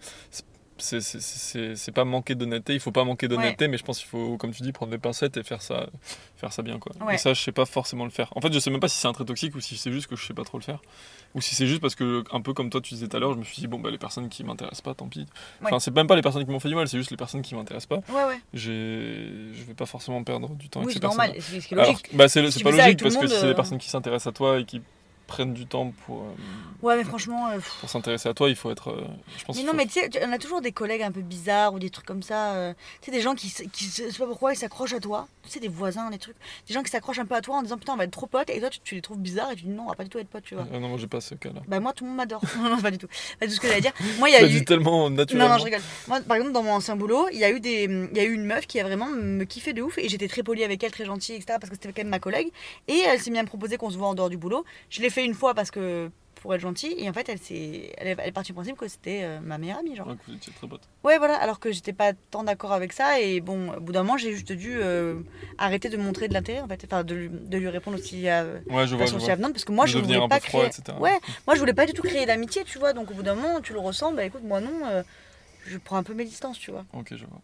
B: C'est, c'est- c'est- c'est pas manquer d'honnêteté, il faut pas manquer d'honnêteté, mais je pense qu'il faut, comme tu dis, prendre des pincettes et faire ça, faire ça bien. Quoi.
A: Ouais.
B: Et ça, je sais pas forcément le faire. En fait, je sais même pas si c'est un trait toxique ou si c'est juste que je sais pas trop le faire. Ou si c'est juste parce que, un peu comme toi, tu disais tout à l'heure, je me suis dit, bon, bah, les personnes qui m'intéressent pas, tant pis. Enfin,
A: Ouais.
B: c'est même pas les personnes qui m'ont fait du mal, c'est juste les personnes qui m'intéressent pas.
A: Ouais ouais.
B: J'ai... Je vais pas forcément perdre du temps
A: Oui,
B: avec ces
A: c'est
B: personnes.
A: normal, c'est ce qui est
B: Alors,
A: logique.
B: bah, c'est, le-
A: Si
B: c'est
A: tu
B: pas
A: fais ça avec
B: logique
A: tout le
B: parce que
A: monde,
B: si c'est
A: euh,
B: des personnes qui s'intéressent à toi et qui prennent du temps pour, euh,
A: Ouais, mais franchement euh, pff.
B: pour s'intéresser à toi, il faut être. euh, je pense
A: mais
B: qu'il
A: non,
B: faut-
A: mais tu sais, tu- on a toujours des collègues un peu bizarres ou des trucs comme ça. euh, tu sais, des gens qui, s- qui, s- je sais pas pourquoi, ils s'accrochent à toi. Tu sais, des voisins, des trucs. Des gens qui s'accrochent un peu à toi en disant putain, on va être trop potes. Et toi, tu, tu les trouves bizarres et tu dis non, on va pas du tout être potes, tu vois.
B: Ah non, moi j'ai pas ce cas-là.
A: Bah, moi, tout le monde m'adore. non, non, pas du tout. Pas du tout ce que j'allais dire. Moi, il y a
B: Tu l'as
A: eu.
B: dit tellement
A: Non,
B: naturellement.
A: non, je rigole. Moi, par exemple, dans mon ancien boulot, il y a eu des, il y a eu une meuf qui a vraiment me kiffé de ouf et j'étais très polie avec elle, très gentille, etc. Parce que c'était quand même ma collègue et elle s'est bien proposée qu'on se voit en dehors du boulot. Je l'ai fait une fois parce que pour être gentille et en fait elle s'est, elle est, elle est partie du principe que c'était euh, ma meilleure amie, genre.
B: Ouais, Ah, que vous étiez très potes.
A: Ouais, voilà. Alors que j'étais pas tant d'accord avec ça et bon, au bout d'un moment, j'ai juste dû euh, arrêter de montrer de l'intérêt en fait, enfin de, lui- de lui répondre aussi à
B: Ouais, je vois. Je
A: façon
B: vois.
A: avenante parce que moi
B: De
A: je
B: devenir
A: voulais
B: un
A: pas
B: peu froid,
A: créer
B: etc.
A: ouais moi je voulais pas du tout créer d'amitié tu vois donc au bout d'un moment tu le ressens bah écoute moi non euh, je prends un peu mes distances tu vois
B: Ok, je vois.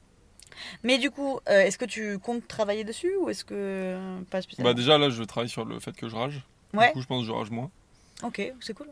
A: mais du coup euh, est-ce que tu comptes travailler dessus ou est-ce que euh, pas spécialement
B: Bah, déjà là, je travaille sur le fait que je rage.
A: Ouais.
B: Du coup, je pense que je rage moins.
A: ok c'est cool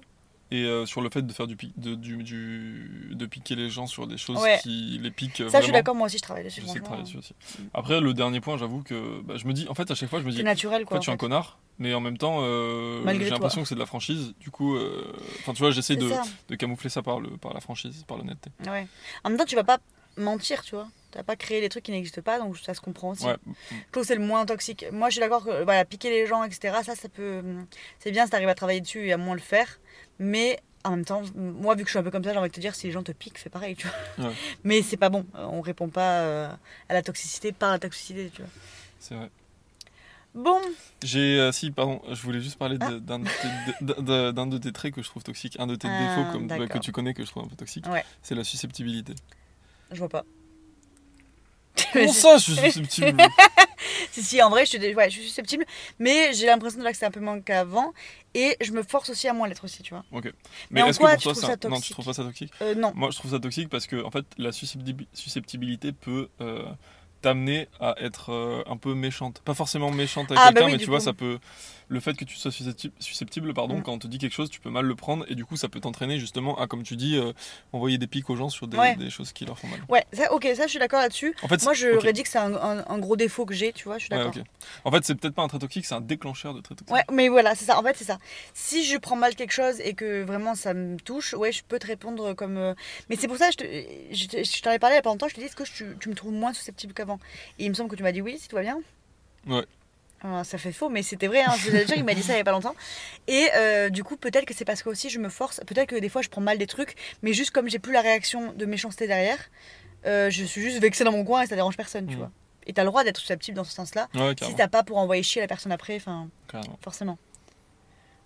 B: Et euh, sur le fait de faire du, pi- de, du, du- de piquer les gens sur des choses
A: Ouais.
B: qui les piquent. euh,
A: ça je suis
B: vraiment.
A: d'accord moi aussi je travaille dessus
B: Je sais que
A: franchement
B: travailler dessus aussi. Après, le dernier point, j'avoue que bah, je me dis, en fait, à chaque fois, je me dis,
A: c'est naturel quoi
B: Toi, tu es un connard, mais en même temps, euh,
A: Malgré
B: j'ai
A: toi.
B: l'impression que c'est de la franchise. Du coup, euh, enfin, tu vois, j'essaie
A: c'est
B: de,
A: ça
B: de camoufler ça par, le, par la franchise, par l'honnêteté.
A: ouais en même temps tu vas pas mentir tu vois t'as pas créé des trucs qui n'existent pas donc ça se comprend aussi
B: Ouais,
A: je trouve que c'est le moins toxique moi je suis d'accord que voilà piquer les gens etc ça ça peut hum, c'est bien si t'arrives à travailler dessus et à moins le faire mais en même temps moi vu que je suis un peu comme ça j'ai envie de te dire si les gens te piquent fais pareil tu vois
B: Ouais.
A: mais c'est pas bon Euh, on répond pas euh, à la toxicité par la toxicité tu vois
B: c'est vrai.
A: bon
B: J'ai, euh, si, pardon, je voulais juste parler de-
A: Ah.
B: d'un de tes- de- d'un- d'un de tes traits que je trouve toxique, un de tes
A: Ah,
B: défauts comme, bah, que
A: d'accord.
B: tu connais que je trouve un peu toxique,
A: Ouais.
B: c'est la susceptibilité.
A: je vois pas
B: Comment ça, je suis susceptible
A: Si, si, en vrai, je suis, dé- ouais, je suis susceptible, mais j'ai l'impression de là que c'est un peu moins qu'avant, et je me force aussi à moins l'être aussi, tu vois. Mais en
B: est-ce
A: quoi
B: que pour
A: tu trouves
B: toi, c'est
A: ça
B: un- non, tu
A: toxique
B: trouves pas ça toxique
A: Euh, non.
B: Moi, je trouve ça toxique parce que, en fait, la susceptibi- susceptibilité peut euh, t'amener à être euh, un peu méchante. Pas forcément méchante avec
A: Ah, bah
B: quelqu'un,
A: oui,
B: mais
A: du
B: tu vois,
A: coup.
B: ça peut. Le fait que tu sois susceptible, susceptible, pardon,
A: Mm.
B: quand on te dit quelque chose, tu peux mal le prendre et du coup, ça peut t'entraîner justement à, comme tu dis, euh, envoyer des pics aux gens sur des,
A: Ouais.
B: des choses qui leur font mal.
A: Ouais, ça, ok, ça, je suis d'accord là-dessus.
B: En fait,
A: Moi, je
B: ok.
A: aurais dit que c'est un, un- un gros défaut que j'ai, tu vois, je suis
B: Ouais,
A: d'accord.
B: ok. En fait, c'est peut-être pas un trait toxique, c'est un déclencheur de trait toxique.
A: Ouais, mais voilà, c'est ça. En fait, c'est ça. Si je prends mal quelque chose et que vraiment ça me touche, ouais, je peux te répondre comme. euh, Mais c'est pour ça, je, te... je, te- je t'en ai parlé il y a pas longtemps, je te dis, est-ce que tu, tu me trouves moins susceptible qu'avant Et il me semble que tu m'as dit oui, si tout va bien.
B: Ouais.
A: Ah, ça fait faux, mais c'était vrai. Hein. Je vous ai dit, il m'a dit ça il y a pas longtemps. Et euh, du coup, peut-être que c'est parce que aussi je me force. Peut-être que des fois je prends mal des trucs, mais juste comme j'ai plus la réaction de méchanceté derrière, euh, je suis juste vexée dans mon coin et ça dérange personne, tu
B: Mhm.
A: vois. Et t'as le droit d'être susceptible dans ce sens-là.
B: Ouais,
A: Si
B: carrément.
A: t'as pas pour envoyer chier la personne après, enfin
B: carrément.
A: forcément.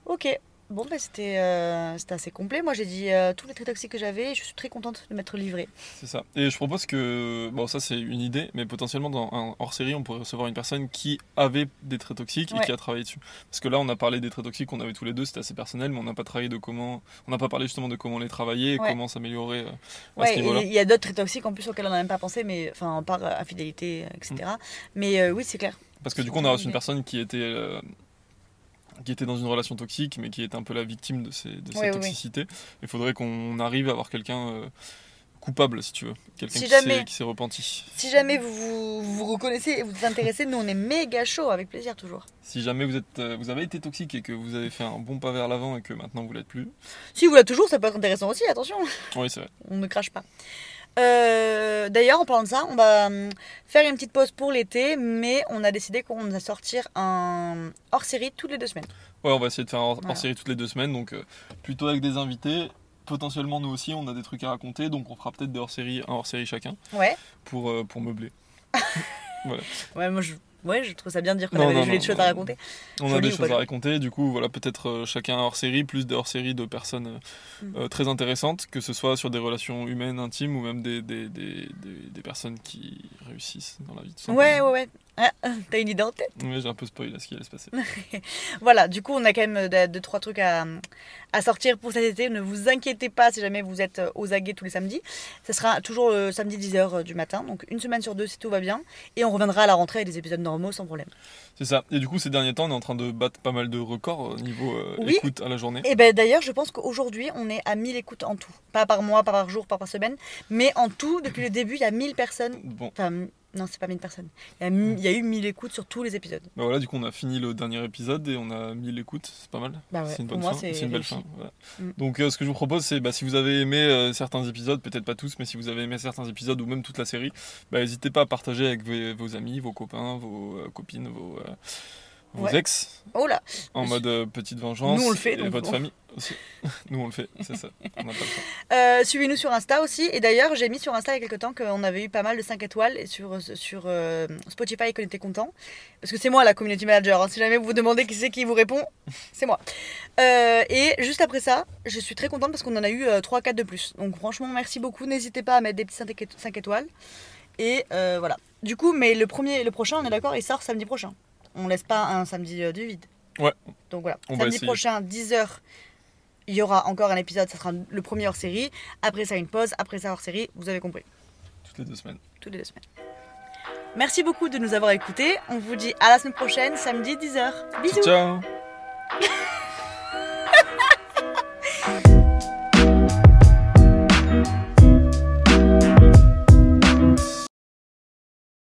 A: Ok, bon, bah, c'était euh, c'était assez complet. Moi, j'ai dit euh, tous les traits toxiques que j'avais. Je suis très contente de m'être livrée.
B: C'est ça. Et je propose que, bon, ça c'est une idée, mais potentiellement dans un hors série, on pourrait recevoir une personne qui avait des traits toxiques
A: Ouais.
B: et qui a travaillé dessus. Parce que là, on a parlé des traits toxiques qu'on avait tous les deux, c'était assez personnel, mais on n'a pas travaillé de comment, on n'a pas parlé justement de comment les travailler, et
A: Ouais.
B: comment s'améliorer euh, à
A: Ouais,
B: ce
A: et
B: niveau-là.
A: il y a d'autres traits toxiques en plus auxquels on n'a même pas pensé, mais enfin, par euh, infidélité, euh, etc.
B: Mm.
A: Mais euh, oui, c'est clair.
B: Parce que du coup, on a reçu une personne qui était, euh, qui était dans une relation toxique, mais qui était un peu la victime de, ces, de cette
A: Ouais, ouais,
B: toxicité. Il faudrait qu'on arrive à avoir quelqu'un euh, coupable, si tu veux, quelqu'un
A: Si
B: qui s'est-
A: jamais.
B: qui s'est repenti.
A: Si jamais vous vous, vous reconnaissez et vous vous intéressez, nous, on est méga chaud, avec plaisir toujours.
B: Si jamais vous, êtes, euh, vous avez été toxique et que vous avez fait un bon pas vers l'avant et que maintenant vous l'êtes plus,
A: Si vous l'avez toujours, ça peut être intéressant aussi, attention.
B: oui c'est vrai.
A: on ne crache pas. Euh, D'ailleurs, en parlant de ça, on va hum, faire une petite pause pour l'été, mais on a décidé qu'on va sortir un hors série toutes les deux semaines.
B: Ouais, on va essayer de faire un hors
A: Voilà.
B: série toutes les deux semaines, donc euh, plutôt avec des invités. Potentiellement nous aussi, on a des trucs à raconter, donc on fera peut-être des hors série un hors série chacun
A: Ouais.
B: pour, euh, pour meubler.
A: Ouais, moi je. ouais, je trouve ça bien de dire qu'on
B: Non,
A: avait
B: non,
A: des jolies
B: non,
A: choses
B: non.
A: à raconter.
B: On a
A: Joli
B: des
A: ou pas
B: choses à
A: joli
B: raconter, du coup, voilà, peut-être euh, chacun hors série, plus des hors série de personnes euh,
A: Mm.
B: euh, très intéressantes, que ce soit sur des relations humaines, intimes, ou même des, des, des, des, des personnes qui réussissent dans la vie. tout simplement.
A: Ouais, ouais, ouais. Ah, T'as une idée en tête
B: Ouais, j'ai un peu spoilé ce qui allait se passer.
A: Voilà, du coup, on a quand même deux, deux, trois trucs à, à sortir pour cet été. Ne vous inquiétez pas si jamais vous êtes euh, aux aguets tous les samedis. Ça sera toujours euh, samedi 10h du matin, donc une semaine sur deux si tout va bien. Et on reviendra à la rentrée avec des épisodes normaux sans problème.
B: C'est ça. Et du coup, ces derniers temps, on est en train de battre pas mal de records au niveau euh,
A: Oui.
B: écoute à la journée.
A: Et ben d'ailleurs, je pense qu'aujourd'hui, on est à 1000 écoutes en tout. Pas par mois, pas par jour, pas par semaine, mais en tout, depuis le début, il y a 1000 personnes.
B: Bon,
A: Enfin, non, c'est pas 1000 personnes. Il y a, mi- il y a eu 1000 écoutes sur tous les épisodes.
B: bah voilà, du coup, on a fini le dernier épisode et on a mis l'écoute. C'est pas mal.
A: Bah ouais,
B: c'est une
A: pour
B: bonne
A: moi,
B: fin.
A: c'est
B: C'est une belle
A: réussi.
B: fin. voilà.
A: Mm.
B: Donc, euh, ce que je vous propose, c'est bah, si vous avez aimé euh, certains épisodes, peut-être pas tous, mais si vous avez aimé certains épisodes ou même toute la série, bah, n'hésitez pas à partager avec vos, vos amis, vos copains, vos euh, copines, vos, euh, vos
A: Ouais.
B: ex,
A: Oh là
B: en
A: Je-
B: mode euh, petite vengeance.
A: Nous, on le fait,
B: Et
A: donc
B: votre
A: bon.
B: famille aussi. Nous, on le fait, c'est ça. On n'a pas le choix.
A: Euh, Suivez-nous sur Insta aussi. Et d'ailleurs, j'ai mis sur Insta il y a quelques temps qu'on avait eu pas mal de 5 étoiles et sur, sur euh, Spotify qu'on était content. Parce que c'est moi la community manager. hein. Si jamais vous vous demandez qui c'est qui vous répond, c'est moi. Euh, et juste après ça, je suis très contente parce qu'on en a eu 3-4 de plus. Donc franchement, merci beaucoup. N'hésitez pas à mettre des petits 5 éto- 5 étoiles. Et euh, voilà. Du coup, mais le premier, le prochain, on est d'accord, il sort samedi prochain. On laisse pas un samedi euh, du vide.
B: Ouais.
A: Donc voilà.
B: On va
A: samedi
B: essayer.
A: prochain, 10h, il y aura encore un épisode, ça sera le premier hors série. Après ça, une pause. Après ça, hors série. Vous avez compris.
B: Toutes les deux semaines.
A: Toutes les deux semaines. Merci beaucoup de nous avoir écoutés. On vous dit à la semaine prochaine, samedi 10h. Bisous.
B: Ciao